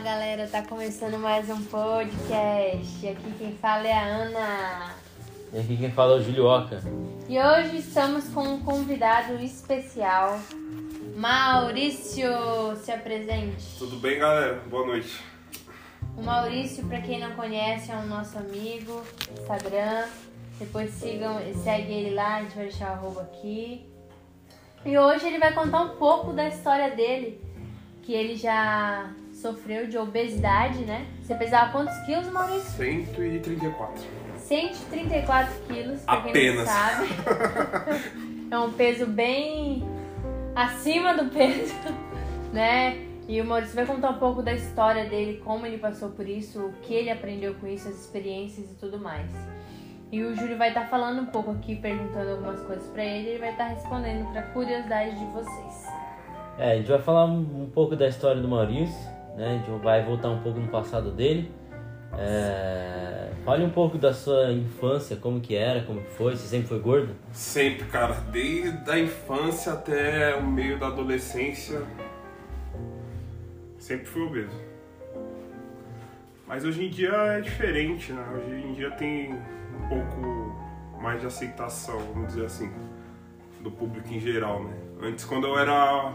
galera, tá começando mais um podcast. Aqui quem fala é a Ana. E aqui quem fala é o Julioca. E hoje estamos com um convidado especial, Maurício. Se apresente. Tudo bem, galera? Boa noite. O Maurício, pra quem não conhece, é um nosso amigo, Instagram. Depois sigam, segue ele lá, a gente vai deixar o arroba aqui. E hoje ele vai contar um pouco da história dele, que ele já sofreu de obesidade, né? Você pesava quantos quilos, Maurício? 134. 134 quilos, pra quem não Apenas. sabe. é um peso bem acima do peso, né? E o Maurício vai contar um pouco da história dele, como ele passou por isso, o que ele aprendeu com isso, as experiências e tudo mais. E o Júlio vai estar falando um pouco aqui, perguntando algumas coisas pra ele, ele vai estar respondendo pra curiosidade de vocês. É, a gente vai falar um, um pouco da história do Maurício, né? A gente vai voltar um pouco no passado dele. É, fale um pouco da sua infância, como que era, como que foi, você sempre foi gordo? Sempre, cara. Desde a infância até o meio da adolescência. Sempre fui obeso. Mas hoje em dia é diferente, né? Hoje em dia tem um pouco mais de aceitação, vamos dizer assim, do público em geral, né? Antes, quando eu era.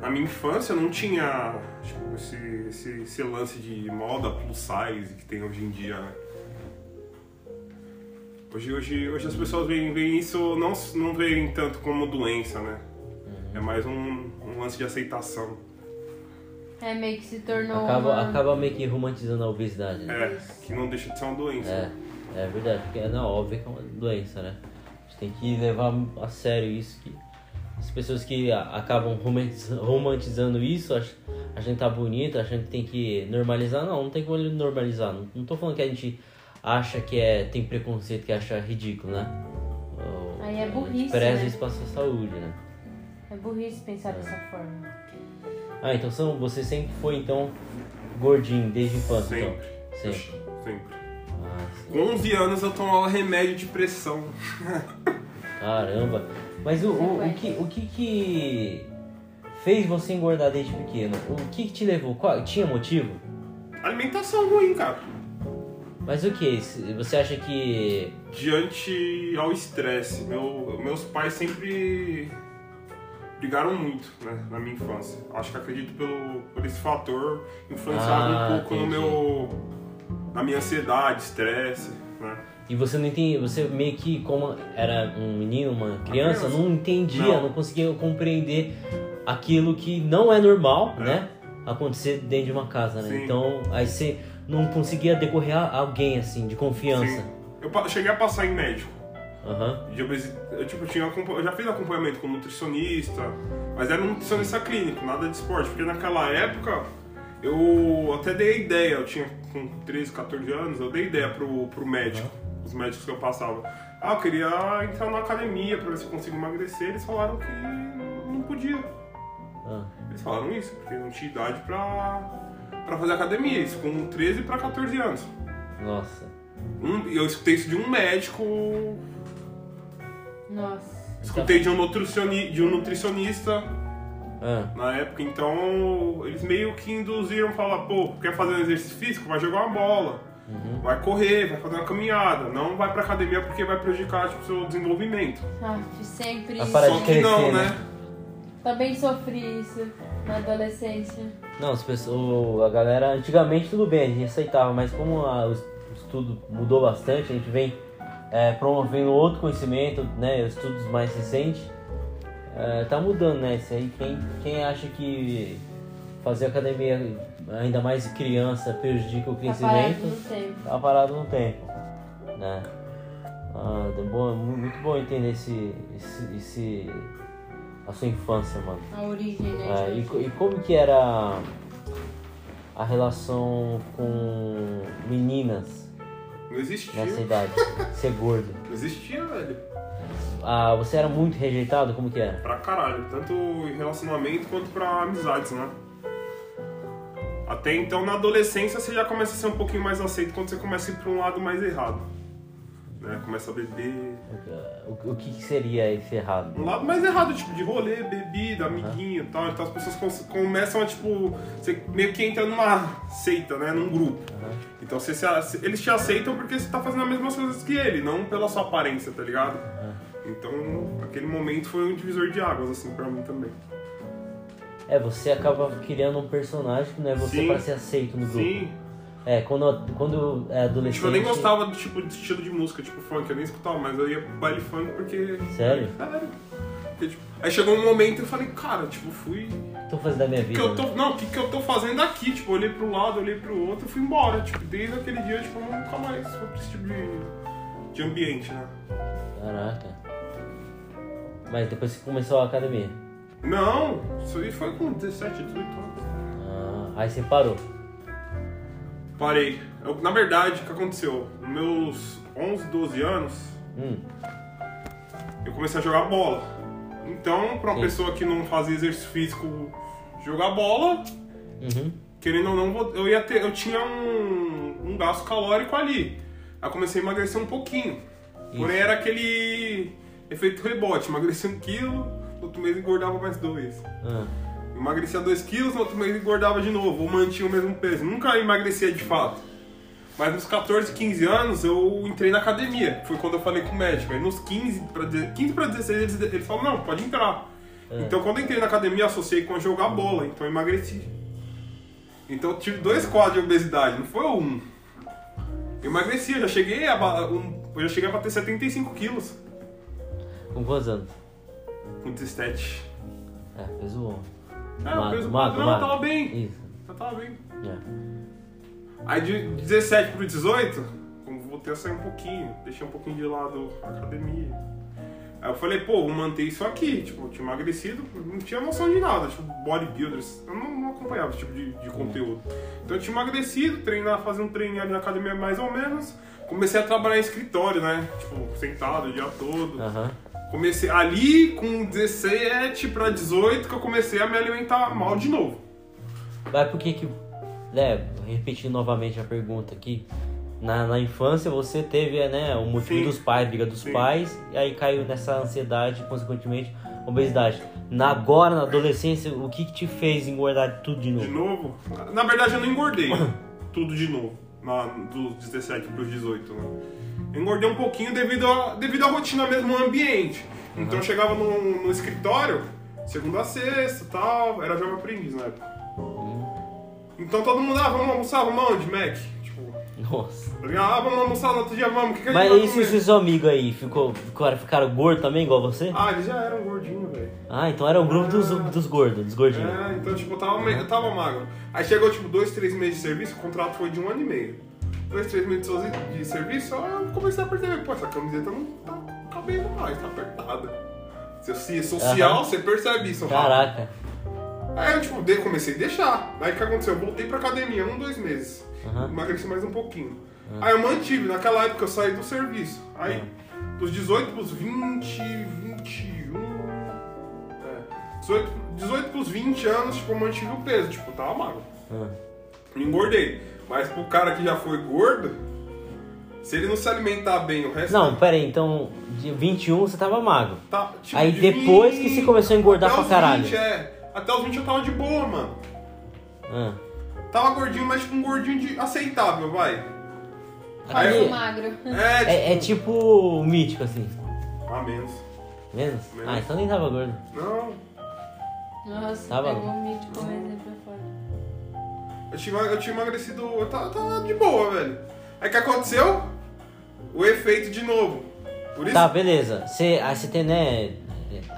Na minha infância não tinha tipo, esse, esse, esse lance de moda plus size que tem hoje em dia, né? Hoje, hoje, hoje as pessoas veem, veem isso, não, não veem tanto como doença, né? É mais um, um lance de aceitação. É meio que se tornou Acaba, uma- acaba meio que romantizando a obesidade, né? É, que não deixa de ser uma doença. É, é verdade, porque é não, óbvio que é uma doença, né? A gente tem que levar a sério isso que as pessoas que a- acabam romantiz- romantizando isso, ach- achando que tá bonito, achando que tem que normalizar, não, não tem como normalizar. Não, não tô falando que a gente acha que é tem preconceito, que acha ridículo, né? Ou- Aí é A gente burrice, preza né? isso pra sua saúde, né? É burrice pensar dessa forma. Ah, então são, você sempre foi então gordinho desde a infância, Sempre. então. Sempre. Sempre. Ah, sim. Com 11 anos eu tomava remédio de pressão. Caramba! Mas o, o, o que, o que que fez você engordar desde pequeno? O que, que te levou? Qual- tinha motivo? Alimentação ruim, cara. Mas o que? Você acha que. Diante ao estresse. Meu, meus pais sempre brigaram muito, né? Na minha infância. Acho que acredito pelo, por esse fator influenciava Ah, um pouco entendi. no meu. na minha ansiedade, estresse, né? E você não entende. Você meio que, como era um menino, uma criança, criança. não entendia, não, Não. conseguia compreender aquilo que não é normal, É. né? Acontecer dentro de uma casa, né? Sim. Então, aí você não conseguia decorrer a alguém assim, de confiança. Sim. Eu pa- cheguei a passar em médico. Aham. de obesi- Eu, tipo, tinha acompa- eu já fiz acompanhamento com nutricionista, mas era um nutricionista clínico, nada de esporte, porque naquela época eu até dei ideia, eu tinha com 13, 14 anos, eu dei ideia pro, pro médico, os médicos que eu passava. Ah, eu queria entrar na academia pra ver se eu consigo emagrecer, eles falaram que não podia. Ah. Eles falaram isso, porque não tinha idade pra, pra fazer academia, isso com 13 pra 14 anos. Nossa. Um- e eu escutei isso de um médico Nossa. Escutei de um, nutricioni- de um nutricionista Ah. na época, então eles meio que induziram falar, pô, quer fazer um exercício físico? Vai jogar uma bola, vai correr, vai fazer uma caminhada, não vai pra academia porque vai prejudicar tipo, seu desenvolvimento. Aff, sempre A isso. Para Só de que crescer, não, né? né? Também sofri isso na adolescência. Tá Não, as pessoas, a galera, antigamente tudo bem, a gente aceitava, mas como a- o estudo mudou bastante, a gente vem é, promovendo outro conhecimento, né, estudos mais recentes, é, tá mudando, né, isso aí, quem, quem acha que fazer academia, ainda mais criança, prejudica o Tá parado crescimento, no tempo. tá parado no tempo, né. Ah, tá bom, mu- muito bom entender esse, esse, esse, a sua infância, mano. A origem, né? É, e, de- co- e como que era a relação com meninas Não existia. nessa idade? Ser gordo. Não existia, velho. Ah, você era muito rejeitado? Como que era? Pra caralho. Tanto em relacionamento quanto pra amizades, né? Até então, na adolescência, você já começa a ser um pouquinho mais aceito quando você começa a ir pra um lado mais errado. né? Começa a beber. O, o que que seria esse errado? Um lado mais errado, tipo, de rolê, bebida, amiguinho e tal. Então as pessoas cons- começam a, tipo, você meio que entra numa seita, né? Num grupo. Então você se ace- eles te aceitam porque você tá fazendo as mesmas coisas que ele, não pela sua aparência, tá ligado? Então aquele momento foi um divisor de águas, assim, pra mim também. É, você acaba criando um personagem que não é você Sim. pra ser aceito no grupo. Sim. É, quando, quando é adolescente. Tipo, eu nem gostava do tipo de estilo de música, tipo funk, eu nem escutava, mas eu ia pro baile funk porque. Sério? Sério. Porque, tipo, aí chegou um momento e eu falei, cara, tipo, fui. Tô fazendo da minha Que vida. né? eu tô, não, o que, que eu tô fazendo aqui? Tipo, eu olhei pro lado, eu olhei pro outro e fui embora. Tipo, desde aquele dia, tipo, eu nunca mais fui pra esse tipo de, de ambiente, né? Caraca. Mas depois você começou a academia. Não, isso aí foi com 17, 18 anos. Ah, aí você parou. Parei. Eu- na verdade, o que aconteceu? Nos meus 11, 12 anos, Hum, eu comecei a jogar bola. Então, pra uma Sim. pessoa que não fazia exercício físico jogar bola, uhum. querendo ou não, eu ia ter, eu tinha um, um gasto calórico ali. Aí eu comecei a emagrecer um pouquinho. Porém, Isso. era aquele efeito rebote. Emagreci um quilo, no outro mês engordava mais dois. Ah, Emagrecia 2 quilos, no outro mês engordava de novo, ou mantinha o mesmo peso. Nunca emagrecia de fato. Mas nos 14, 15 anos eu entrei na academia. Foi quando eu falei com o médico. Aí nos 15 pra, 10 15 pra 16 eles, eles falaram: não, pode entrar. Então quando eu entrei na academia, eu associei com jogar bola, então eu emagreci. Então eu tive dois quadros de obesidade, não foi um. Eu emagreci, eu já cheguei a, ba- um, eu já cheguei a bater 75 quilos com quantos anos? com 17. É, peso bom. É, o peso- não, magro. tava bem. Isso. Eu tava bem. É. Aí de 17 pro 18, como voltei a sair um pouquinho, deixei um pouquinho de lado a academia. Aí eu falei, pô, vou manter isso aqui. Tipo, eu tinha emagrecido, não tinha noção de nada. Tipo, bodybuilders, eu não, não acompanhava esse tipo de, de conteúdo. Então eu tinha emagrecido, treinar, fazer um treininho ali na academia mais ou menos. Comecei a trabalhar em escritório, né? Tipo, sentado o dia todo. Aham. Comecei ali com 17 pra 18 que eu comecei a me alimentar mal de novo. Mas por que que. Né, repetindo novamente a pergunta aqui. Na, na infância você teve, né, o motivo Sim. dos pais, briga dos Sim. pais, e aí caiu nessa ansiedade, consequentemente, obesidade. Na, agora, na adolescência, o que, que te fez engordar tudo de novo? De novo? Na verdade, eu não engordei tudo de novo, na, dos 17 para os 18. Né? Eu engordei um pouquinho devido, a, devido à rotina mesmo, ao ambiente. Então eu chegava no, no escritório, segunda a sexta tal, era jovem aprendiz na época. Uhum. Então todo mundo, ah, vamos almoçar, vamos aonde, Mac? Tipo, Nossa. tá ligado? ah, vamos almoçar no outro dia, vamos, o que, que a gente Mas vai e se comer? seus amigos aí ficou, ficaram, ficaram gordos também, igual você? Ah, eles já eram gordinhos, velho. Ah, então era o grupo dos, dos gordos, dos gordinhos. É, então, tipo, eu tava, me- eu tava magro. Aí chegou, tipo, dois, três meses de serviço, o contrato foi de um ano e meio. Dois, três meses sozinho de serviço, aí eu comecei a perceber, pô, essa camiseta não tá cabendo mais, tá apertada. Se eu se social, Aham. você percebe isso. rápido. Caraca. Aí eu, tipo, dei, comecei a deixar. Aí o que aconteceu? Eu voltei pra academia, um, dois meses. Aham. Emagreci mais um pouquinho. Aí eu mantive, naquela época eu saí do serviço. Aí, dos 18 pros 20, 21. É. 18, 18 pros 20 anos, tipo, eu mantive o peso. Tipo, eu tava magro. Ah, Não engordei. Mas pro cara que já foi gordo, se ele não se alimentar bem o resto. Não, pera aí, então, de 21 você tava magro. Tá, tipo, Aí de depois que você 20, começou a engordar até pra os caralho. 20, é. Até os 20 eu tava de boa, mano. Ah. Tava gordinho, mas tipo um gordinho de aceitável, vai. Aí Peso eu- Tipo, magro. É, tipo, É, é tipo o mítico, assim. a menos. Menos? Menos. Ah, então nem tava gordo. Não. Nossa, Tá bom. pegou o mítico, mas ele pra fora. Eu tinha, eu tinha emagrecido. Eu tava, tava de boa, velho. Aí o que aconteceu? O efeito de novo. Por isso. Tá, beleza. Você, aí você tem, né?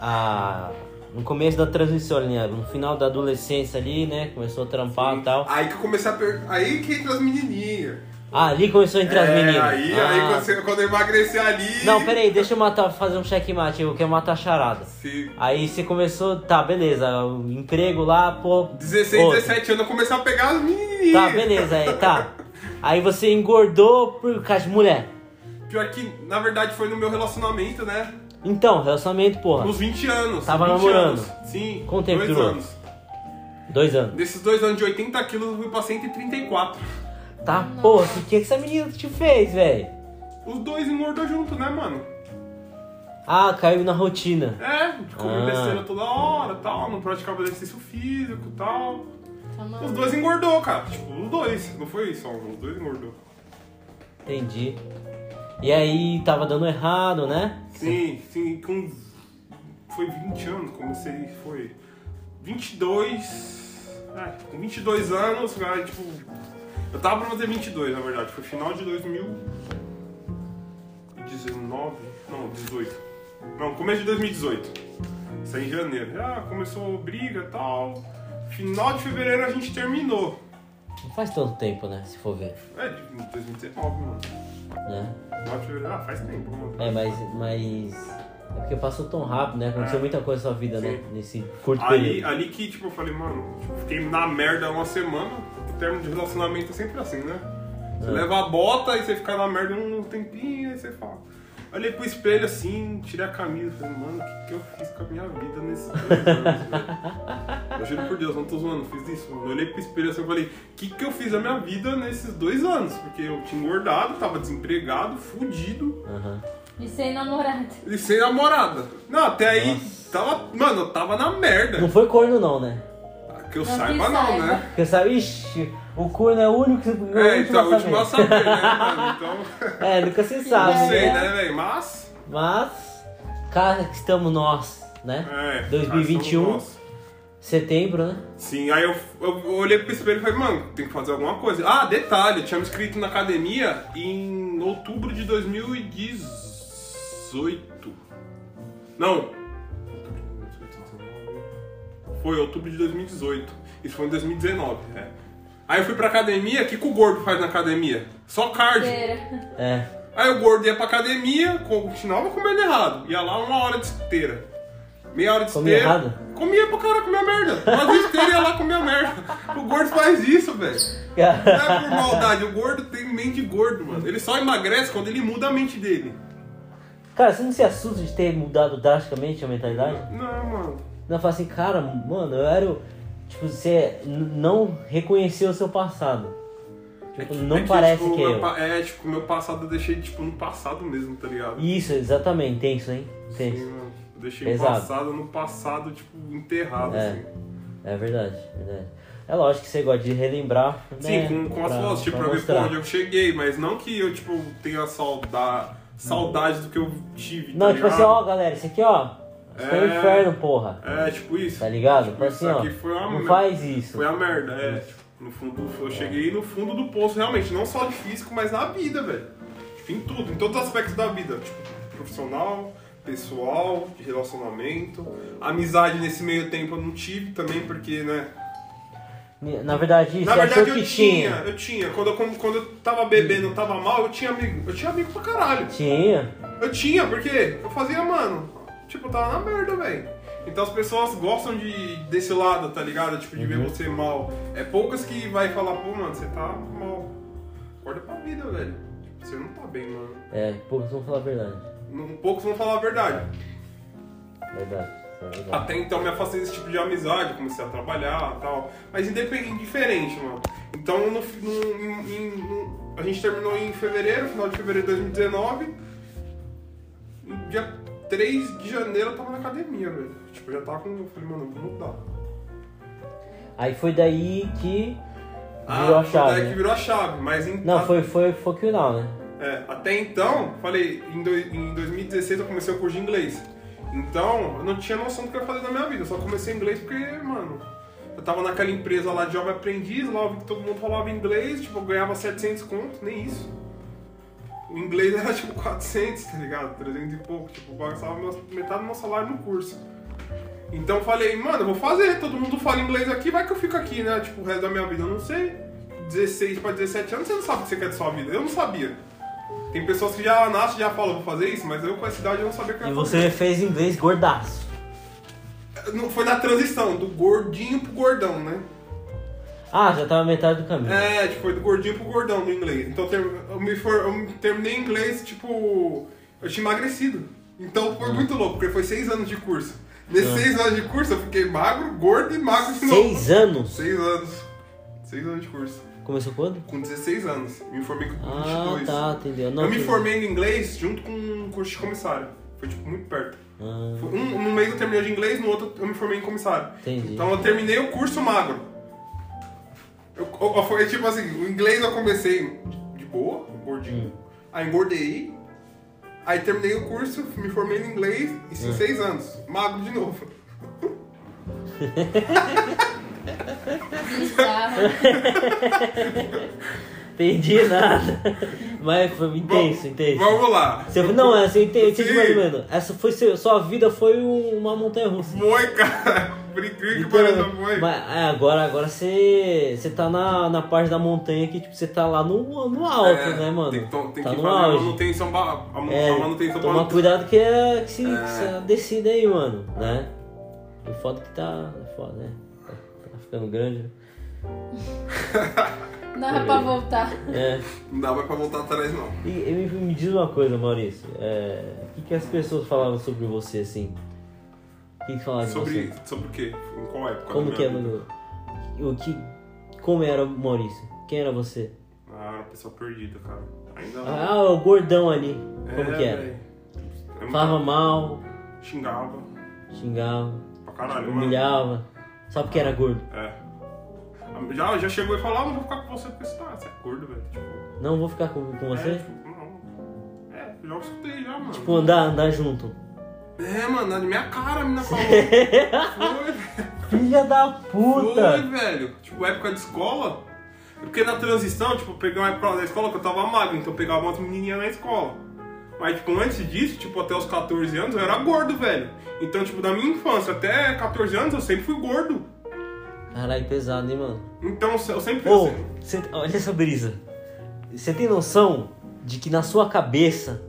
A, no começo da transição, ali, né? No final da adolescência ali, né? Começou a trampar e tal. Aí que eu comecei a per... Aí que entra as menininhas. Ah, ali começou a entrar as É, meninas. Aí, ah. aí quando, você- quando eu emagreci ali. Não, pera aí, deixa eu matar, fazer um checkmate. Eu quero matar a charada. Se... Aí você começou, tá, beleza. O emprego lá, pô. 16, outro. 17 anos eu comecei a pegar as menininhas. Tá, beleza, aí tá. Aí você engordou por causa de mulher. Pior que, na verdade, foi no meu relacionamento, né? Então, relacionamento, porra. Nos 20 anos. Tava 20 namorando. anos. Sim. Quanto tempo dois durou? anos. Dois anos. Desses dois anos de 80 quilos, eu fui pra 134. Tá, porra, o que, que essa menina te fez, velho? os dois engordam junto, né, mano? Ah, caiu na rotina. É, de comer Ah. besteira toda hora, tal, não praticava exercício físico, tal. Então, não- Os dois engordou, cara. Tipo, os dois, não foi só um, os dois engordou. Entendi. E aí tava dando errado, né? Sim, sim, com. Foi 20 anos, comecei, foi. 22. É, com 22 anos, cara, tipo. Eu tava pra fazer 22, na verdade, foi final de 2019. Não, 18. Não, começo de 2018. Isso aí em janeiro. Já começou briga e tal. Final de fevereiro a gente terminou. Não faz tanto tempo, né? Se for ver. É, de 2019, mano. Né? Final de fevereiro, ah, faz tempo, mano. É, mas. mas... É porque passou tão rápido, né? Aconteceu É. muita coisa na sua vida, né? Sim. Nesse curto Ali, período. ali que, tipo, eu falei, mano, tipo, fiquei na merda uma semana. O termo de relacionamento é sempre assim, né? É. Você leva a bota e você fica na merda um tempinho, aí você fala. Olhei pro espelho assim, tirei a camisa, falei, mano, o que, que eu fiz com a minha vida nesses dois anos, velho? Eu juro por Deus, não tô zoando, fiz isso. Eu olhei pro espelho assim e falei, o que, que eu fiz da minha vida nesses dois anos? Porque eu tinha engordado, tava desempregado, fudido. Aham. E sem namorado. E sem namorada. Não, até aí Nossa. tava. Mano, eu tava na merda. Não foi corno, não, né? Que eu Não que saiba, não, saiba. né? Porque sabe, ixi, o corno é o único que é, o É, último então, a o último a saber. saber, né, mano? Então, É, nunca se Ah, sabe. não é. sei, né? né, velho? Mas. Mas, cara, que estamos nós, né? É. 2021. aí somos nós. Setembro, né? Sim, aí eu, eu olhei pro espelho e falei, mano, tem que fazer alguma coisa. Ah, detalhe, eu tinha me inscrito na academia em outubro de 2018. Não. Foi outubro de 2018. Isso foi em 2019, é. Aí eu fui pra academia, o que, que o gordo faz na academia? Só cardio. Era. É. Aí o gordo ia pra academia, continuava comendo errado. Ia lá uma hora de esteira. Meia hora de Comia esteira. errado? Comia pra cara comer merda. Fazia esteira e ia lá comer merda. O gordo faz isso, velho. Não é por maldade, o gordo tem mente de gordo, mano. Ele só emagrece quando ele muda a mente dele. Cara, você não se assusta de ter mudado drasticamente a mentalidade? Não, mano. Não, fala assim, cara, mano, eu era. o- Tipo, você n- não reconheceu o seu passado. Tipo, não É que, parece tipo, que meu eu. pa- É, tipo, meu passado eu deixei, tipo, no passado mesmo, tá ligado? Isso, exatamente, tenso, hein? Sim, Tenso. mano. Eu deixei o Pesado. passado no passado, tipo, enterrado, É. assim. É verdade, verdade. É lógico que você gosta de relembrar. Sim, né? com, com as fotos, tipo, pra, ver mostrar. pra onde eu cheguei, mas não que eu, tipo, tenha saudade, saudade do que eu tive, Não, tá tipo assim, ligado? ó, galera, isso aqui, ó. Isso aqui é É. o inferno, porra. É, tipo isso. Tá ligado? Tipo, Tipo assim, isso ó. aqui foi uma Não merda. faz isso. Foi a merda, é. Tipo, no fundo, eu cheguei no fundo do poço, realmente, não só de físico, mas na vida, velho. Tipo, em tudo, em todos os aspectos da vida. Tipo, profissional, pessoal, de relacionamento. Amizade nesse meio tempo eu não tive também, porque, né? Na verdade, isso Na você verdade achou eu que tinha, tinha. eu tinha. Quando eu, quando eu tava bebendo, eu tava mal, eu tinha amigo. Eu tinha amigo pra caralho. Tinha. Eu tinha, porque eu fazia, mano. Tipo, eu tava na merda, velho. Então as pessoas gostam de, desse lado, tá ligado? Tipo, de Uhum. ver você mal. É poucas que vai falar, pô, mano, você tá mal. Acorda pra vida, velho. Tipo, você não tá bem, mano. É, poucos vão falar a verdade. Não- poucos vão falar a verdade. Verdade. isso é verdade. Até então me afastei desse tipo de amizade, comecei a trabalhar e tal. Mas independente, diferente, mano. Então no fi- no- em- em- no- a gente terminou em fevereiro, final de fevereiro de 2019. No dia 3 de janeiro eu tava na academia, velho. Tipo, eu já tava com. Eu falei, mano, eu vou mudar. Aí foi daí que virou a Ah, foi chave. daí que né? virou a chave, mas em, Não, foi, foi, foi que não, né? É, até então, falei, em, doi- em 2016 eu comecei o curso de inglês. Então, eu não tinha noção do que eu ia fazer na minha vida. Eu só comecei inglês porque, mano, eu tava naquela empresa lá de jovem aprendiz, lá eu vi que todo mundo falava inglês, tipo, eu ganhava 700 conto, nem isso. O inglês era tipo 400, tá ligado? 300 e pouco, tipo, eu gastava meus- metade do meu salário no curso. Então eu falei, mano, eu vou fazer, todo mundo fala inglês aqui, vai que eu fico aqui, né? Tipo, o resto da minha vida, eu não sei. 16 pra 17 anos, você não sabe o que você quer de sua vida. Eu não sabia. Tem pessoas que já nascem e já falam, vou fazer isso, mas eu com essa idade eu não sabia o que eu E ia você fez inglês gordaço. fazer. Não, Foi na transição, do gordinho pro gordão, né? Ah, já tava metade do caminho. É, tipo, foi do gordinho pro gordão no inglês. Então ter- eu, me for, eu me- terminei inglês, tipo, eu tinha emagrecido. Então Hum. foi muito louco, porque foi seis anos de curso. Nesses Ah. seis anos de curso eu fiquei magro, gordo e magro de novo. Seis anos? Seis anos. Seis anos de curso. Começou quando? com 16 anos. Me formei com Ah, 22. tá, entendeu. Não, eu me tudo- formei em inglês junto com um curso de comissário. Foi, tipo, muito perto. Ah, Foi- Um, um mês eu terminei de inglês, no outro eu me formei em comissário. entendi. Então eu terminei o curso magro. Eu, eu- eu- foi tipo assim, o inglês eu comecei de boa, gordinho. Hum. Aí engordei. Aí terminei o curso, me formei em inglês isso Hum. em seis anos. Magro de novo. Bizarro. Entendi nada. Mas foi intenso, intenso. Vamos lá. Você- não, assim, eu entendi, eu entendi Sim. mais ou menos. Essa foi seu- sua vida foi um- uma montanha russa. Foi, cara. Por incrível que Então, pareça, foi. mas, é, agora, agora você, você tá na, na parte da montanha que tipo, você tá lá no, no alto, É, né, mano? Tem, que to- tem tá que no fazer um a auge. manutenção, ba- a, ma- É, a manutenção toma ba- cuidado que é que se, que se decida aí, mano, né? O foda que tá. é Foda, né? Tá, tá ficando grande. né? Não é pra voltar. É. Não dá mais pra voltar atrás, não. E, e me, me diz uma coisa, Maurício. é, o que, que as pessoas falavam sobre você assim? O que, que falavam de você? Sobre, sobre o quê? Em qual época? Como da que é, minha vida? mano? O que. Como era o Maurício? Quem era você? Ah, era uma pessoa perdida, cara. Ainda Ah, o gordão ali. Como É, que era? velho. Eu Falava mal, Xingava xingava, pra caralho, mano. humilhava. Só porque era gordo. É. Já, já chegou e falou, ah, não vou ficar com você porque você tá, você é gordo, velho. Tipo, Não vou ficar com, com É, você? tipo, não. É, já escutei já, mano. Tipo, andar, andar junto. É, mano, na minha cara a mina falou. Foi, Filha da Foi, puta! velho. Tipo, época de escola. Porque na transição, tipo, eu peguei uma época da escola que eu tava magro, então eu pegava umas menininhas na escola. Mas, tipo, antes disso, tipo, até os 14 anos, eu era gordo, velho. Então, tipo, da minha infância até 14 anos, eu sempre fui gordo. Caralho, pesado, hein, mano? Então, eu sempre fui Ô, assim. cê- olha essa brisa. Você tem noção de que na sua cabeça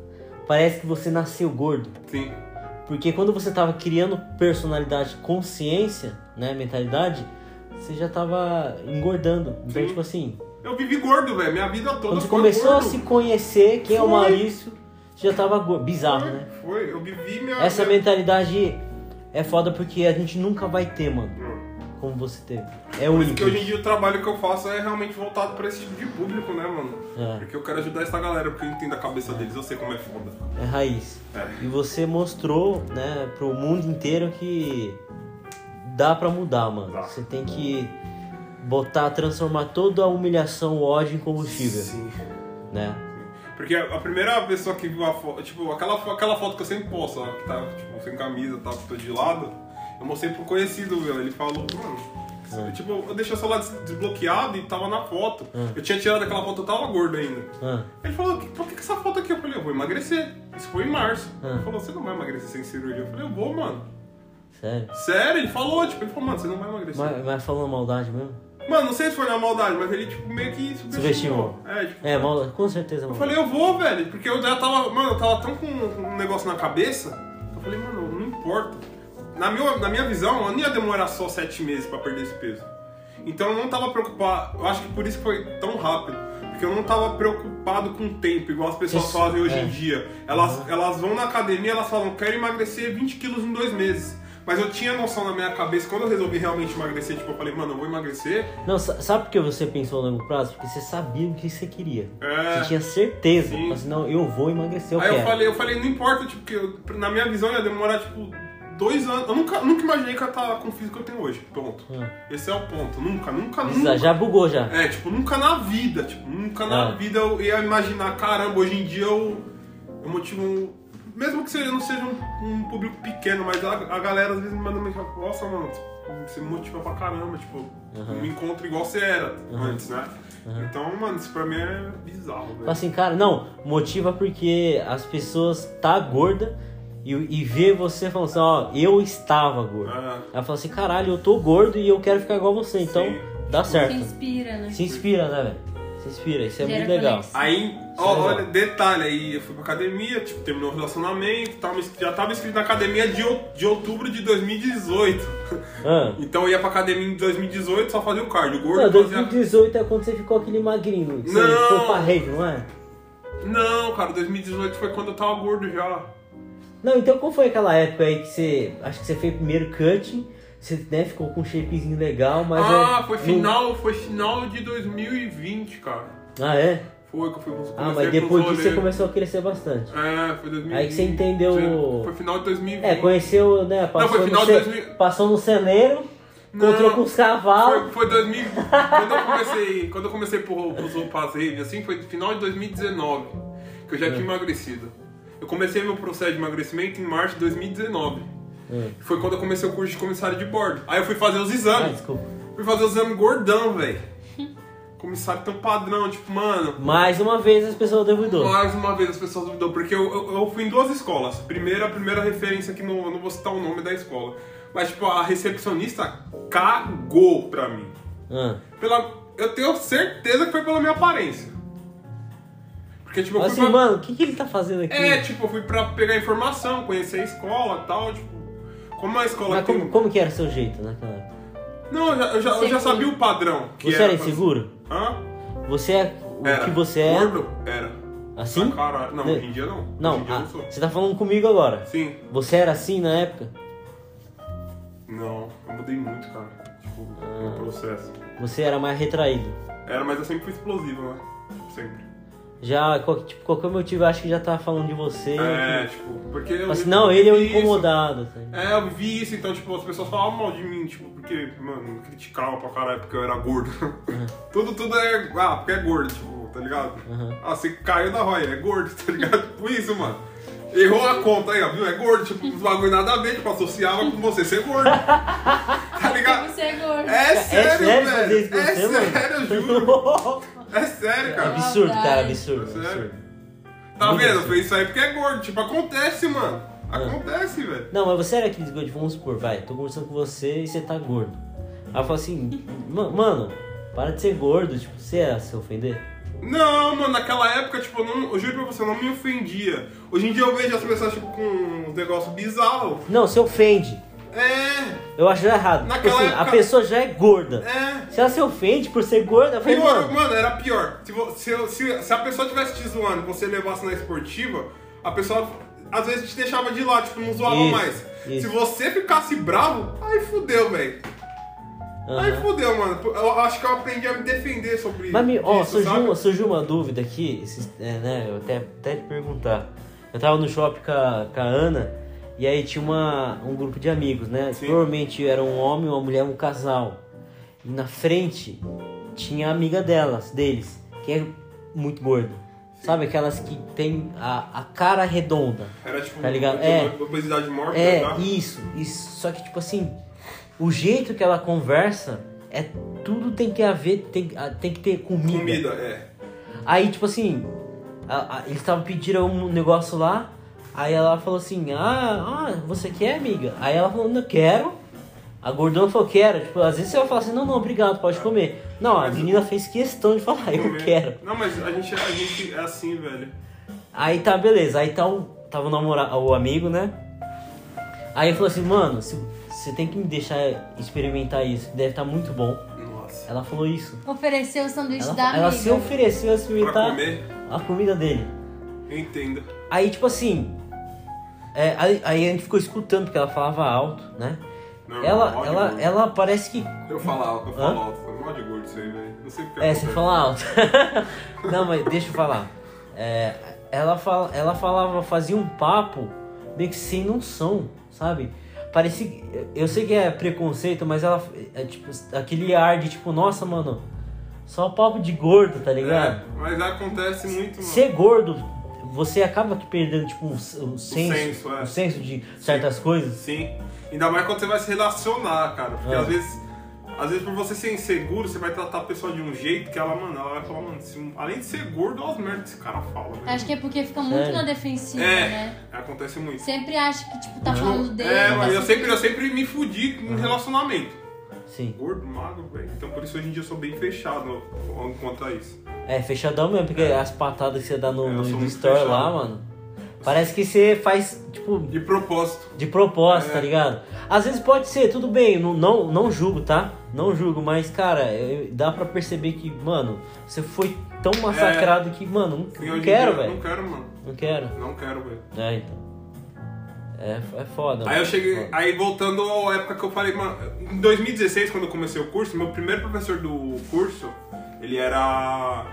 parece que você nasceu gordo? Sim. Porque quando você tava criando personalidade, consciência, né, mentalidade, você já tava engordando. Então, Sim. tipo assim, Eu vivi gordo, velho. Minha vida toda quando você foi começou gordo. a se conhecer quem é o Foi. Maurício, você já tava gordo. Bizarro, né? Foi, eu vivi minha... Essa minha... mentalidade é foda porque a gente nunca vai ter, mano, como você teve. É único. Porque hoje em dia o trabalho que eu faço é realmente voltado pra esse tipo de público, né, mano? É, Porque eu quero ajudar essa galera, porque eu entendo a cabeça deles, eu sei como é foda. é raiz. É. E você mostrou, né, pro mundo inteiro que dá pra mudar, mano. Dá. Você tem que botar, transformar toda a humilhação, o ódio em combustível, Sim. né? Porque a a primeira pessoa que viu a foto, tipo, aquela, fo- aquela foto que eu sempre posto, ó, que tá, tipo, sem camisa, tá, que tô de lado, eu mostrei pro conhecido, meu, ele falou, mano, Ah. tipo, eu deixei o celular des- desbloqueado e tava na foto, Ah. eu tinha tirado aquela foto, eu tava gordo ainda. Ah, Ele falou, "Que- por que, que essa foto aqui? Eu falei, eu vou emagrecer, isso foi em março. Ah. Ele falou, você não vai emagrecer sem cirurgia? Eu falei, eu vou, mano. sério. Sério? Ele falou, tipo, ele falou, mano, você não vai emagrecer. Mas, mas falando maldade mesmo? Mano, não sei se foi na maldade, mas ele, tipo, meio que subestimou. Subestimou. É, tipo, É, maldade, com certeza Eu maldade. falei, eu vou, velho, porque eu já tava, mano, eu tava tão com um negócio na cabeça, que eu falei, mano, não importa. Na minha, na minha visão, eu não ia demorar só sete meses pra perder esse peso. Então eu não tava preocupado, eu acho que por isso que foi tão rápido, porque eu não tava preocupado com o tempo, igual as pessoas Isso, fazem hoje é. Uhum. em dia. Elas, elas vão na academia, elas falam, quero emagrecer 20 quilos em dois meses. Mas eu tinha noção na minha cabeça, quando eu resolvi realmente emagrecer, tipo, eu falei, mano, eu vou emagrecer. Não, sa- sabe por que você pensou a longo prazo? Porque você sabia o que você queria. É. Você tinha certeza. Sim. Falou assim, não, eu vou emagrecer, eu Aí quero. eu falei, eu falei, não importa, tipo, que eu- na minha visão ia demorar, tipo, dois anos. Eu nunca, nunca imaginei que eu tava com o físico que eu tenho hoje. Ponto. Hum. Esse é o ponto. Nunca, nunca, Isso nunca. Já bugou já. É, tipo, nunca na vida. Tipo, nunca na Ah. vida eu ia imaginar, caramba, hoje em dia eu, eu motivo um. Mesmo que seja, não seja um, um público pequeno, mas a, a galera às vezes me manda mensagem, nossa, mano, você me motiva pra caramba, tipo, Aham. me encontro igual você era Aham. antes, né? Então, mano, isso pra mim é bizarro, Fala velho. assim, cara, não, motiva porque as pessoas tá gorda e, e vê você falando assim, ó, eu estava gordo. Ah. Ela fala assim, caralho, eu tô gordo e eu quero ficar igual você, então Sim. dá Se certo. inspira, né? Se inspira, né, velho? Se inspira, isso é Gera muito legal. conexão. Aí, Sério? ó, olha, detalhe, aí eu fui pra academia, tipo, terminou o relacionamento, tava, ins- já tava inscrito na academia de, ou- de outubro de 2018. Ah. Então eu ia pra academia em 2018 só fazia o cardio, o Não, gordo fazia... 2018 é quando você ficou aquele magrinho. que Você Não. foi pra rave, não é? Não, cara, 2018 foi quando eu tava gordo já. Não, então qual foi aquela época aí que você. Acho que você fez primeiro cutting, Você né, ficou com um shapezinho legal, mas. ah, é- foi não- final, foi final de 2020, cara. Ah, é? Foi que eu fui comecei Ah, a mas ir depois pros disso você rolê. começou a crescer bastante. É, foi 2020. Aí que você entendeu o- Foi final de 2020. É, conheceu, né? Passou, foi final no, de ce- 2000. passou no celeiro, Não. encontrou com os Foi, cavalos. foi 2000. quando eu comecei, quando eu comecei pro, pros roupas rave, assim, foi final de 2019 que eu já tinha emagrecido. Eu comecei meu processo de emagrecimento em março de 2019. Hum. Foi quando eu comecei o curso de comissário de bordo. Aí eu fui fazer os Ah, exames. desculpa. Fui fazer o exame gordão, velho. Comissário tão padrão, tipo, mano. Mais uma vez as pessoas duvidou. Mais uma vez as pessoas duvidam, porque eu, eu, eu fui em duas escolas. Primeira, a primeira referência aqui, no, eu não vou citar o nome da escola. Mas, tipo, a recepcionista cagou pra mim. Ah. Pela, eu tenho certeza que foi pela minha aparência. Porque, tipo, eu fui Assim, pra- mano, o que, que ele tá fazendo aqui? É, tipo, eu fui pra pegar informação, conhecer a escola e tal, tipo. Como a escola Mas tem- um- como, como que era o seu jeito naquela época? Não, eu já, eu já, eu Seguro. já sabia o padrão. Que Você era pra- inseguro? Hã? Você é o Era. que você é? Gordo? Era. Assim? Ah, caralho. Não, Né? hoje em dia não. Não, Hoje em dia ah, eu não sou. você tá falando comigo agora. Sim. Você era assim na época? Não, eu mudei muito, cara. Tipo, Ah. no processo. Você era mais retraído. Era, mas eu sempre fui explosivo, né? Tipo, sempre. Já, qual- tipo, qualquer motivo, eu acho que já tá falando de você. É, tipo, porque eu. Mas, não, ele é o vi isso. incomodado. tá ligado? É, eu vi isso, então, tipo, as pessoas falavam mal de mim, tipo, porque, mano, criticavam pra caralho porque eu era gordo. tudo, tudo é. Ah, porque é gordo, tipo, tá ligado? Uhum. Ah, você caiu da roia, é gordo, tá ligado? Tipo isso, mano. Errou a conta aí, ó, viu? É gordo, tipo, os bagulho nada a ver, tipo, associava com você ser gordo. tá ligado? Você é gordo. É sério, sério fazer isso velho. com É você, mano? sério, eu juro. É sério, cara. absurdo, cara, Maldade. absurdo. Sério? absurdo. Tá Muito vendo? absurdo. Foi isso aí porque é gordo. Tipo, acontece, mano. Acontece, velho. Não, mas você era aquele gordo, vamos supor, vai, tô conversando com você e você tá gordo. Aí eu falo assim, "Ma- mano, para de ser gordo, tipo, você é a se ofender? Não, mano, naquela época, tipo, eu, não, eu juro pra você, eu não me ofendia. Hoje em dia eu vejo as pessoas, tipo, com uns negócios bizarros. Não, você ofende. É, Eu acho errado. Tipo Naquela assim, a época- pessoa já é gorda. é. Se ela se ofende por ser gorda, eu falei, Pior, mano, mano, era pior. Se, vo- se eu- se- se a pessoa tivesse te zoando e você levasse na esportiva, a pessoa às vezes te deixava de lado, tipo, não zoava Isso, mais. isso. Se você ficasse bravo, aí fudeu, velho. Aí aham. fudeu, mano. Eu acho que eu aprendi a me defender sobre Mas, me, ó, isso, surgiu, um- sabe? uma, surgiu uma dúvida aqui, esses- é, né, eu até, até te perguntar. Eu tava no shopping com a, com a Ana, e aí tinha uma, um grupo de amigos, né? Sim. Normalmente era um homem, uma mulher, um casal. E na frente tinha a amiga delas, deles, que é muito gorda. Sabe aquelas que tem a, a cara redonda? Era tipo Tá ligado? uma É. obesidade mórbida, É, tá? isso, isso. Só que, tipo assim, o jeito que ela conversa é tudo tem que haver, tem, ah, tem que ter comida. Comida, é. Aí, tipo assim, a- a- eles estavam pedindo um negócio lá. Aí ela falou assim: ah, ah, você quer, amiga? Aí ela falou: Não, quero. A gordona falou: Quero. Tipo, às vezes você fala assim: Não, não, obrigado, pode comer. Não, a Mas- menina fez questão de falar: Eu Comer. quero. Não, mas a gente, a gente é assim, velho. Aí tá, beleza. Aí tá o, tava o, namora- o amigo, né? Aí ele falou assim, mano, se- você tem que me deixar experimentar isso, que deve estar muito bom. Nossa. Ela falou isso. Ofereceu o sanduíche Ela, da ela amiga. se ofereceu a Pra experimentar comer, a comida dele. eu entendo. Aí, tipo assim, é, aí, aí a gente ficou escutando, porque ela falava alto, né? Não, ela, ódio gordo. ela, ela parece que Eu falo alto, eu Hã? falo alto. Foi mó de gordo isso aí, velho. Não sei porque. É, você fala alto. Não, mas deixa eu falar. É, ela, fala, ela falava, fazia um papo meio que sem noção, sabe? Parecia. que- Eu sei que é preconceito, mas ela. É, tipo, aquele ar de tipo, nossa, mano, só papo de gordo, tá ligado? É, mas acontece muito, mano. Ser gordo, você acaba que perdendo, tipo, o, s- o senso. senso, é. o senso de certas coisas. Sim. Ainda mais quando você vai se relacionar, cara. Porque Ah. às vezes. Às vezes, por você ser inseguro, você vai tratar a pessoa de um jeito que ela, mano, ela vai falar, mano, se- além de ser gordo, olha as merdas que esse cara fala. velho. Acho que é porque fica muito Sério? na defensiva, né? É, acontece muito. Sempre acha que, tipo, tá Não. falando dele. É, tá mas eu se- sempre, eu sempre me fudi em relacionamento. Sim. Gordo, magro, velho. Então por isso hoje em dia eu sou bem fechado quanto a isso. É, fechadão mesmo, porque as patadas que você dá no, É, eu no, sou no muito store lá, fechado. mano. Parece que você faz, tipo, De propósito. De propósito, É. tá ligado? Às vezes pode ser, tudo bem, não, não, não julgo, tá? Não julgo, mas, cara, eu- dá pra perceber que, mano, você foi tão massacrado que, mano, Sim, não, É. hoje não em quero, dia, velho. Não quero, mano. Não quero. Não quero, velho. É, então. É, é foda. Aí eu mano, cheguei. foda. Aí voltando à época que eu falei, mano. Em 2016, quando eu comecei o curso, meu primeiro professor do curso, ele era.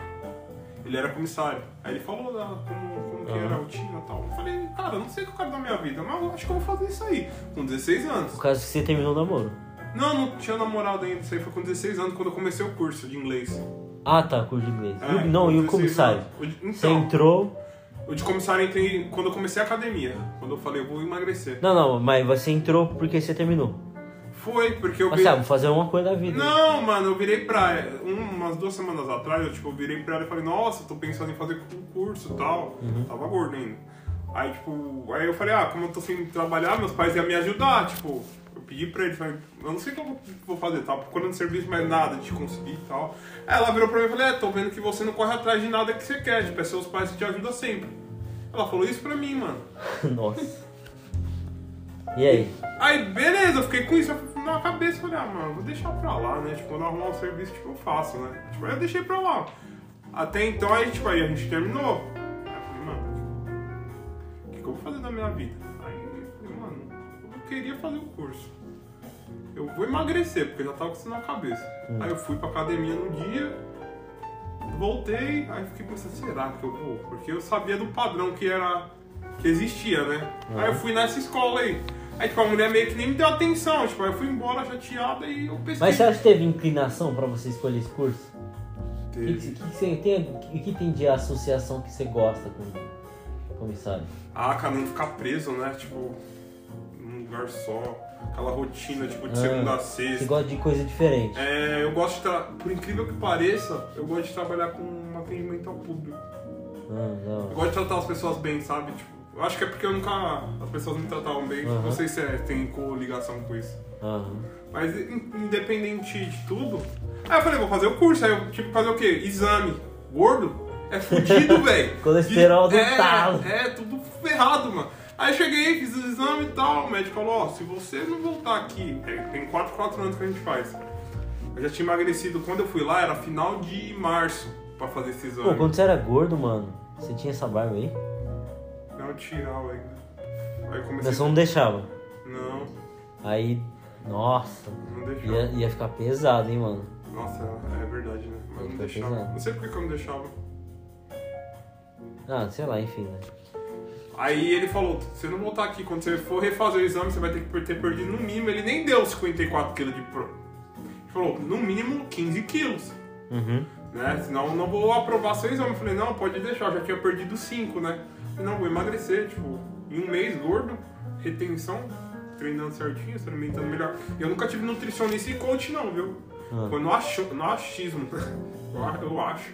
Ele era comissário. Aí ele falou da- como, como que Aham. era a rotina e tal. Eu falei, cara, eu não sei o que eu quero da minha vida, mas eu acho que eu vou fazer isso aí. Com 16 anos. Por causa que você terminou o namoro. Não, não tinha namorado ainda, isso aí foi com 16 anos quando eu comecei o curso de inglês. Ah, tá, curso de inglês. E o- É, não, e o 16 comissário? anos. O de- Você Então, entrou. o de comissário eu entrei quando eu comecei a academia. Quando eu falei, eu vou emagrecer. Não, não, mas você entrou porque você terminou. Foi, porque eu Mas vi- sabe, fazer uma coisa da vida. Não, mano, eu virei pra. um- Umas duas semanas atrás, eu tipo, virei pra ela e falei, nossa, tô pensando em fazer um curso e tal. Tava gordo ainda. Aí, tipo, aí eu falei, ah, como eu tô sem trabalhar, meus pais iam me ajudar, tipo. Eu pedi pra eles, falei, eu não sei o que eu vou- vou fazer, tava procurando serviço, mas nada de conseguir e tal. Aí ela virou pra mim e falou, é, tô vendo que você não corre atrás de nada que você quer, tipo, é seus pais que te ajudam sempre. Ela falou isso pra mim, mano. Nossa. E aí? Aí, beleza, eu fiquei com isso na cabeça, falei, ah, mano, vou deixar pra lá, né? Tipo, quando eu arrumar um serviço, tipo, eu faço, né? Tipo, aí eu deixei pra lá. Até então, aí, tipo, aí a gente terminou. Aí eu falei, mano, o que, que eu vou fazer da minha vida? Aí eu falei, mano, eu queria fazer o curso. Eu vou emagrecer, porque eu já tava com isso na cabeça. Aí eu fui pra academia no dia, voltei, aí fiquei pensando, será que eu vou? Porque eu sabia do padrão que era. que existia, né? Aí eu fui nessa escola aí. Aí tipo, a mulher meio que nem me deu atenção, tipo, aí eu fui embora chateada e eu pensei. Mas você acha que teve inclinação pra você escolher esse curso? O que, Teve. que, que você tem? O que, que tem de associação que você gosta com comissário? Ah, cara, não ficar preso, né? Tipo, num lugar só. Aquela rotina, tipo, de Ah, segunda a Você sexta. gosta de coisa diferente. É, eu gosto de tra... Por incrível que pareça, eu gosto de trabalhar com um atendimento ao público. Não, Eu Ah, não. gosto de tratar as pessoas bem, sabe? Tipo, eu acho que é porque eu nunca. As pessoas me tratavam bem. Aham. Não sei se é- tem coligação com isso. Aham. Mas in- independente de tudo. Aí eu falei, vou fazer o curso. Aí eu tive que fazer o quê? Exame. Gordo? É fudido, velho. Colesterol do é, talo. É, tudo ferrado, mano. Aí eu cheguei, fiz o exame e tal. O médico falou, ó, se você não voltar aqui, é, tem 4, 4 anos que a gente faz. Eu já tinha emagrecido quando eu fui lá, era final de março pra fazer esse exame. Pô, quando você era gordo, mano, você tinha essa barba aí? Não tirar ainda. Aí eu comecei. Mas você não deixava. Não, Aí, nossa, não deixava. ia, ia ficar pesado, hein, mano. Nossa, é verdade, né? Mas não Fica deixava. tá pesado. Não sei por que que eu não deixava. Ah, sei lá, enfim, né? Aí ele falou, se você não voltar aqui, quando você for refazer o exame, você vai ter que ter perdido no mínimo, ele nem deu 54 quilos de pro. Ele falou, no mínimo 15 quilos, Uhum. né? Senão eu não vou aprovar seu exame. Eu falei, não, pode deixar, eu já tinha perdido 5, né? Eu falei, não, vou emagrecer, tipo, em um mês, gordo, retenção, treinando certinho, se alimentando melhor. Eu nunca tive nutricionista e coach não, viu? Ah. Foi no, acho, no achismo, Eu a- eu acho.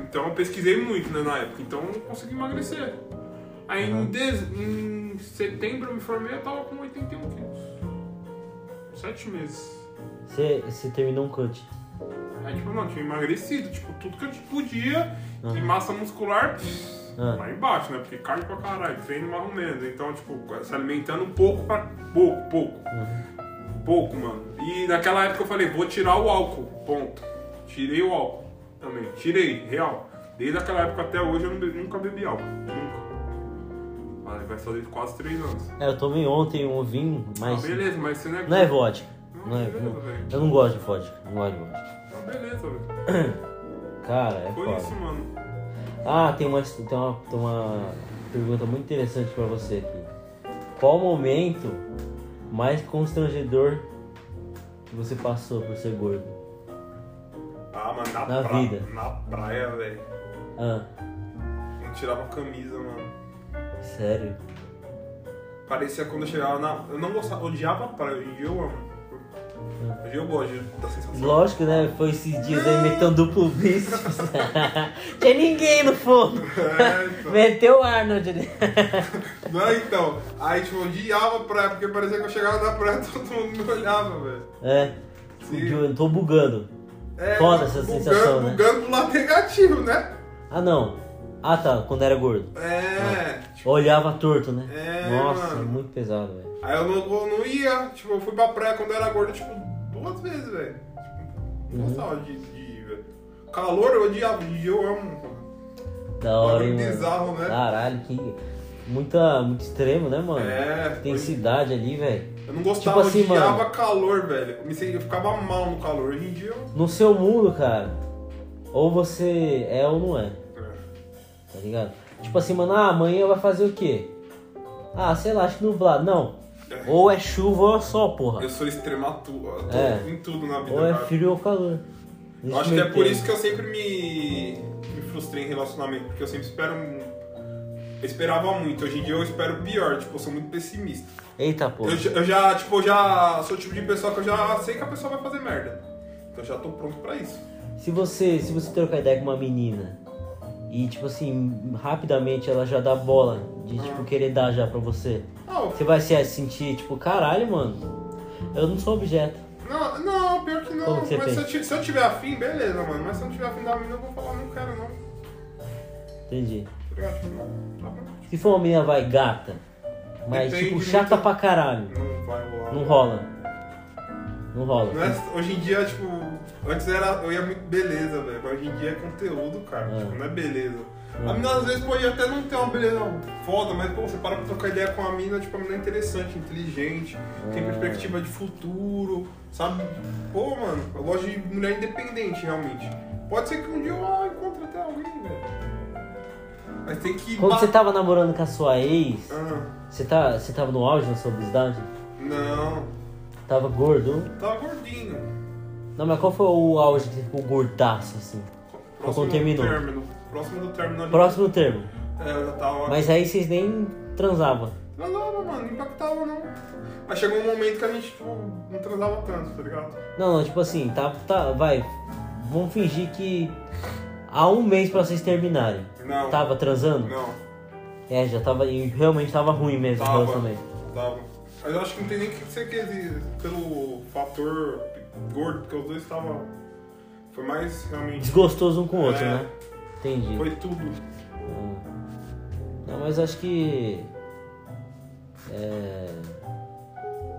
Então eu pesquisei muito né, na época, então eu consegui emagrecer. Aí em, des- em setembro eu me formei, eu tava com 81 quilos. Sete meses. Você, você terminou um cut. Aí tipo, não, tinha emagrecido, tipo, tudo que eu tipo, podia, e massa muscular pff, Ah. lá embaixo, né? Porque carne pra caralho, treino mais ou menos. Então, tipo, se alimentando pouco pra. pouco, pouco. Uhum. Pouco, mano. E naquela época eu falei, vou tirar o álcool. Ponto. Tirei o álcool também. Tirei, real. Desde aquela época até hoje eu não be- nunca bebi álcool. Nunca. Mas vai fazer quase três anos. É, eu tomei ontem um vinho, Ah, mas. beleza, mas você não é. Não é vodka. Não, Não é, beleza, não- velho. eu não gosto de vodka. Não gosto de vodka. Ah, beleza, velho. Cara, é Foi foda. isso, mano. Ah, tem uma, tem, uma, tem uma pergunta muito interessante pra você aqui. Qual o momento mais constrangedor que você passou por ser gordo? Ah, mano, na, Na pra- vida. Na praia, velho. Ah, Eu tirava a camisa, mano. sério? Parecia quando eu chegava na. Eu não gostava, odiava a praia. Hoje em dia eu amo. É. Hoje eu gosto da sensação. Lógico, né? Foi esses dias aí metendo duplo bíceps. Tinha ninguém no fundo. É, então. Meteu o Arnold ali. Não, então. Aí, tipo, eu odiava a praia, porque parecia que eu chegava na praia e todo mundo me olhava, velho. É. Sim. Eu tô bugando. É, Foda essa bugando, sensação, né? Bugando pro lado negativo, né? Ah, não. Ah, tá. Quando era gordo. É. Ah. Olhava torto, né? É, Nossa, mano. muito pesado, velho. Aí eu não, eu não ia. Tipo, eu fui pra praia quando eu era gordo, tipo, duas vezes, velho. Tipo, Uhum. não gostava de, de ir, velho. Calor eu odiava, hoje em dia eu amo. Da hora, hein, Bagulho mano. bizarro, né? Caralho, que... muita, muito extremo, né, mano? É, Intensidade ali, velho. Eu não gostava, Tipo assim, eu odiava mano. calor, velho. Eu, me sentia- eu ficava mal no calor. Hoje em dia eu. No seu mundo, cara, ou você é ou não é, É. tá ligado? Tipo assim, mano, ah, amanhã vai fazer o quê? Ah, sei lá, acho que nublado. Não. Ou é chuva ou é sol, porra. Eu sou extrematu. eu tô É. em tudo na vida, Ou é cara. frio ou calor. Eu acho que é por isso que eu sempre me, me frustrei em relacionamento, porque eu sempre espero. mu- Eu esperava muito, hoje em dia eu espero pior, tipo, eu sou muito pessimista. Eita, porra. Eu, já- eu já, tipo, eu já sou o tipo de pessoa que eu já sei que a pessoa vai fazer merda. Então eu já tô pronto pra isso. Se você, se você trocar ideia com uma menina e, tipo assim, rapidamente ela já dá bola de, tipo, querer dar já pra você, Ah, eu- você vai se sentir, tipo, caralho, mano, eu não sou objeto. não, não, pior que não. Como que você mas se eu, pensa? ti- se eu tiver afim, beleza, mano. Mas se eu não tiver afim da menina, eu vou falar, não quero, não. Tá Entendi. ligado? Tipo, não, tá bom. Se for uma menina, vai, gata, mas, Depende tipo, muito. chata pra caralho, Não vai rolar. não rola. Não rola. Não é- hoje em dia, tipo, antes era, eu ia muito beleza, velho. Mas hoje em dia é conteúdo, cara. É. Tipo, não é beleza. É. A mina às vezes pode até não ter uma beleza foda, mas pô, você para pra trocar ideia com a mina, tipo, a mina é interessante, inteligente, É. tem perspectiva de futuro, sabe? Pô, mano, eu gosto de mulher independente, realmente. Pode ser que um dia eu encontre até alguém, velho. Mas tem que. Quando ba- você tava namorando com a sua ex, Ah, você, tá, você tava no auge da sua obesidade? não, Tava gordo? tava gordinho. Não, mas qual foi o auge que você ficou gordaço, assim? Próximo do terminou. término. Próximo do término. Próximo termo. É, eu já tava. Mas aí vocês nem transavam. Transava, mano, não impactava não. Mas chegou um momento que a gente, tipo, não transava tanto, tá ligado? Não, não, tipo assim, tá, tá, vai. Vamos fingir que há um mês pra vocês terminarem. Não. Tava transando? Não, É, já tava. E realmente tava ruim mesmo o tava. relacionamento. Tava. Mas eu acho que não tem nem que ser aquele. pelo fator gordo, porque os dois estavam. Foi mais realmente. Desgostoso um com o outro, É. né? Entendi. Foi tudo. Ah. Não, mas acho que. É.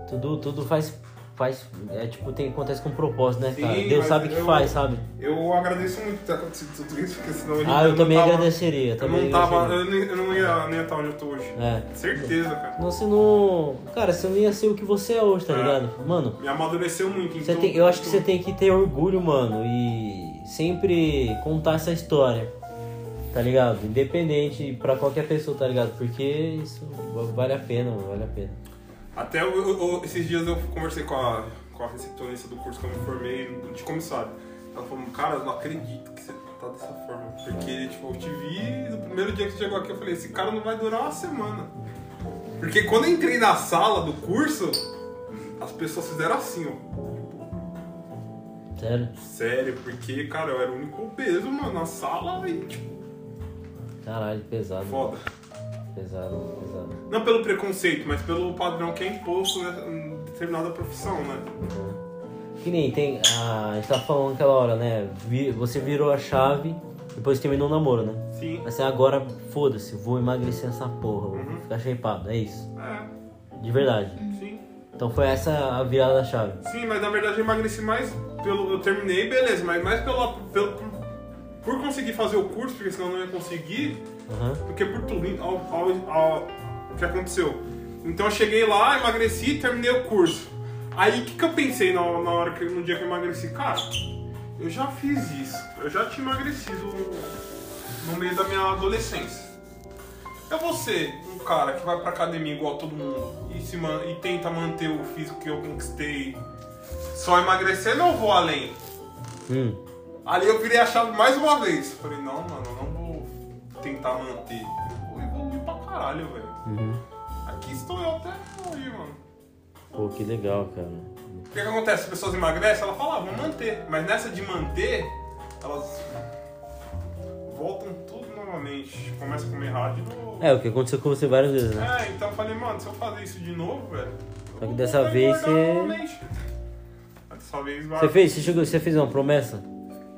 Tudo, tudo faz. faz é tipo, tem, acontece com propósito, né, Sim, cara? Deus mas sabe o que eu- faz, sabe? Eu agradeço muito ter acontecido tudo isso, porque senão ele Ah, eu não também tava- agradeceria. Eu também não tava. agradeceria. Eu, nem- eu não ia, nem ia estar onde eu tô hoje. É. Certeza, cara. Você não. Cara, você não ia ser o que você é hoje, tá É. ligado? Mano, Me amadureceu muito, você então. tem... eu acho que você tem que ter orgulho, mano, e sempre contar essa história, tá ligado? Independente pra qualquer pessoa, tá ligado? Porque isso vale a pena, mano, vale a pena. Até eu- eu- eu- esses dias eu conversei com a, com a recepcionista do curso que eu me formei, de comissário. Ela falou, cara, eu não acredito que você tá dessa forma. Porque, tipo, eu te vi no primeiro dia que você chegou aqui, eu falei, esse cara não vai durar uma semana. Porque quando eu entrei na sala do curso, as pessoas fizeram assim, ó. Sério? Sério, porque, cara, eu era o único peso, mano, na sala e, tipo, Caralho, pesado. foda. Pesado, pesado. Não pelo preconceito, mas pelo padrão que é imposto né, em determinada profissão, né? Que nem tem. Ah, a gente tava falando aquela hora, né? Vi- Você virou a chave, depois terminou o namoro, né? Sim. Assim, agora foda-se, vou emagrecer essa porra, Uhum. vou ficar shapeado, é isso. É, De verdade. sim. Então foi essa a virada da chave. Sim, mas na verdade eu emagreci mais pelo. Eu terminei, beleza, mas mais pela, pelo, por, por conseguir fazer o curso, porque senão eu não ia conseguir, Aham. do que por tudo hein, ao, ao, ao- que aconteceu. Então eu cheguei lá, emagreci e terminei o curso. Aí o que, que eu pensei na, na hora que, no dia que eu emagreci? Cara, eu já fiz isso. Eu já tinha emagrecido no, no meio da minha adolescência. É você, um cara que vai pra academia igual todo mundo e, se man- e tenta manter o físico que eu conquistei só emagrecendo ou eu vou além? Hum. Ali eu virei a chave mais uma vez. Falei, não, mano, eu não vou tentar manter. Eu vou evoluir pra caralho, velho. Uhum. Aqui estou eu até hoje, mano. Pô, que legal, cara. O que, que acontece? As pessoas emagrecem, elas falam, ah, vou manter. Mas nessa de manter, elas voltam tudo novamente. Começa a comer errado de novo. É, o que aconteceu com você várias vezes, né? É, então eu falei, mano, se eu fazer isso de novo, velho. que eu vou dessa voltar a vez engordar você- novamente. Mas Dessa vez vai. Você fez, você, chegou, você fez uma promessa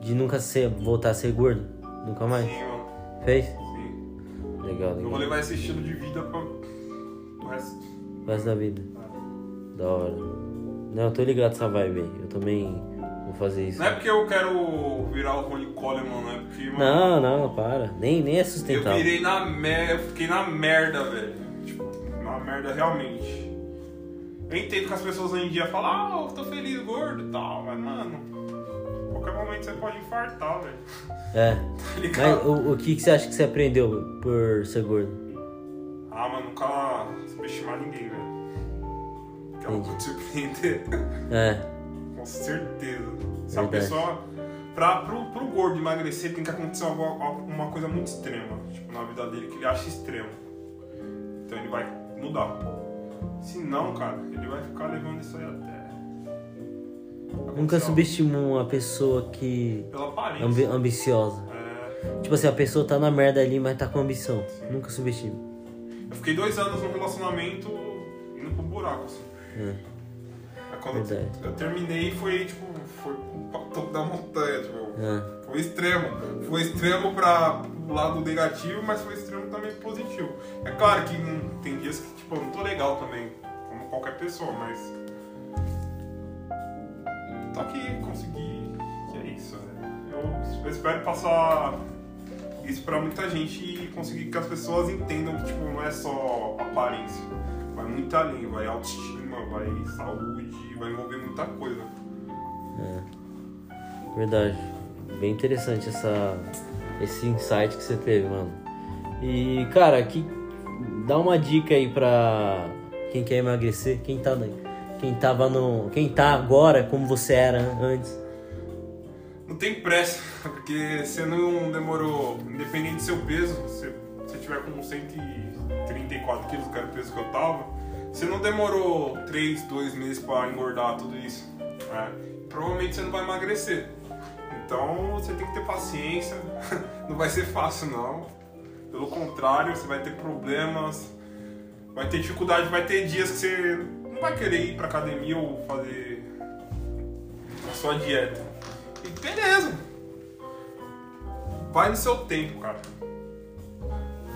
de nunca ser, voltar a ser gordo? Nunca mais? Sim, mano. Fez? Sim. Legal, Eu vou legal. levar esse estilo de vida pra. o resto. Resto da vida. Da hora. Não, eu tô ligado essa vibe aí. Eu também Vou fazer isso. Não é porque eu quero virar o Rony Coleman, não é porque, mano, Não, não, para. Nem, nem é eu sustentável. virei na merda, eu fiquei na merda, velho. Tipo, na merda realmente. Eu entendo que as pessoas hoje em dia falam, ah, eu tô feliz, gordo e tal, mas, mano, qualquer momento você pode infartar, velho. É. Tá ligado? Mas o, o que, que você acha que você aprendeu por ser gordo? Ah, mano, nunca subestimar ninguém, velho. Que ela Entendi. pode surpreender. É. Com certeza. Se a Verdade. pessoa. Pra, pro, pro gordo emagrecer tem que acontecer alguma, uma coisa muito extrema. Tipo, na vida dele, que ele acha extremo. Então ele vai mudar. Se não, cara, ele vai ficar levando isso aí até. Nunca acontecer subestimo uma pessoa que algo. Pela é aparência. ambi- ambiciosa. É, Tipo assim, a pessoa tá na merda ali, mas tá com ambição. Nunca subestimo. eu fiquei dois anos num relacionamento indo pro buraco, assim. É. Aí Quando eu, Verdade. eu terminei foi tipo. Foi pro topo da montanha, tipo. É. Foi extremo. Foi extremo para o lado negativo, mas foi extremo também pro positivo. É claro que hum, tem dias que tipo, eu não tô legal também, como qualquer pessoa, mas. Tô aqui, consegui. Que é isso, né? Eu, eu espero passar isso pra muita gente e conseguir que as pessoas entendam que tipo, não é só aparência. Vai muito além, vai autoestima, vai saúde, vai envolver muita coisa. Verdade. Bem interessante essa, esse insight que você teve, mano. E, cara, que, dá uma dica aí pra quem quer emagrecer, quem tá, quem tava no, quem tá agora como você era antes. Não tem pressa, porque você não demorou, independente do seu peso, se você tiver com 134 quilos, que era o peso que eu tava, você não demorou 3, 2 meses pra engordar tudo isso. né? Provavelmente você não vai emagrecer. Então você tem que ter paciência, não vai ser fácil não. Pelo contrário, você vai ter problemas, vai ter dificuldade, vai ter dias que você não vai querer ir pra academia ou fazer a sua dieta. E beleza. Vai no seu tempo, cara.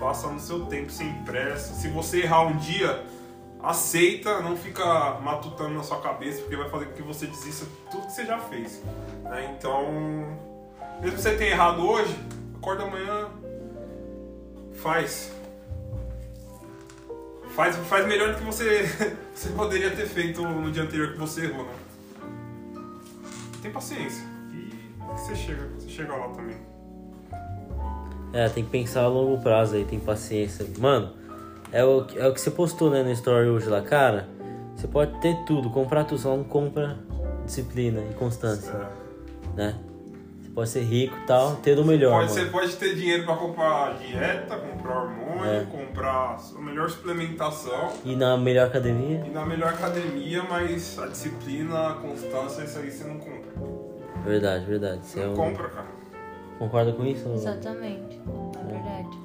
Faça no seu tempo, sem pressa. Se você errar um dia, aceita, não fica matutando na sua cabeça, porque vai fazer com que você desista de tudo que você já fez. né? Então, mesmo que você tenha errado hoje, acorda amanhã, faz. Faz, faz melhor do que você, você poderia ter feito no dia anterior que você errou, né? Tem paciência. E você chega, você chega lá também. É, tem que pensar a longo prazo aí, tem paciência. Mano, é o, que- é o que você postou né, no story hoje lá, cara. Você pode ter tudo, comprar tudo, só não compra disciplina e constância, né? Você pode ser rico e tal, ter o melhor. Pode, mano. você pode ter dinheiro pra comprar dieta, comprar hormônio, É. comprar a melhor suplementação E na melhor academia, e na melhor academia, mas a disciplina, a constância, isso aí você não compra. verdade, verdade. Você Você é não um- compra, cara. Concorda com isso? Exatamente. É verdade.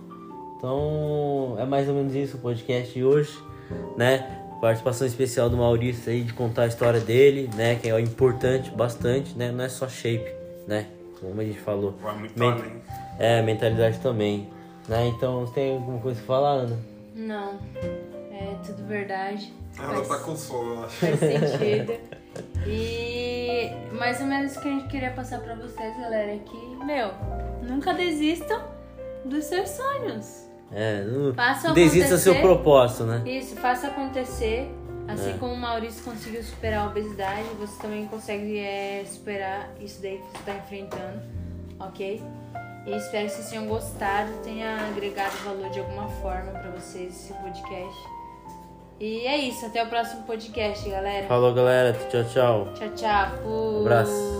Então, é mais ou menos isso o podcast de hoje, né? Participação especial do Maurício aí de contar a história dele, né? Que é importante bastante, né? Não é só shape, né? Como a gente falou. Vai muito Men- além. É, mentalidade também. Né? Então, você tem alguma coisa pra falar, Ana? Não. É tudo verdade. Ela Faz- tá com sono, eu acho. Faz sentido. E mais ou menos o que a gente queria passar pra vocês, galera, é que, meu, nunca desistam dos seus sonhos. É, não Faça não desista do acontecer. seu propósito, né? Isso, faça acontecer. Assim como o Maurício conseguiu superar a obesidade, você também consegue é, superar isso daí que você está enfrentando, ok? E espero que vocês tenham gostado, tenha agregado valor de alguma forma pra vocês esse podcast. E é isso, até o próximo podcast, galera. Falou, galera. Tchau, tchau. Tchau, tchau. Fui. Abraço.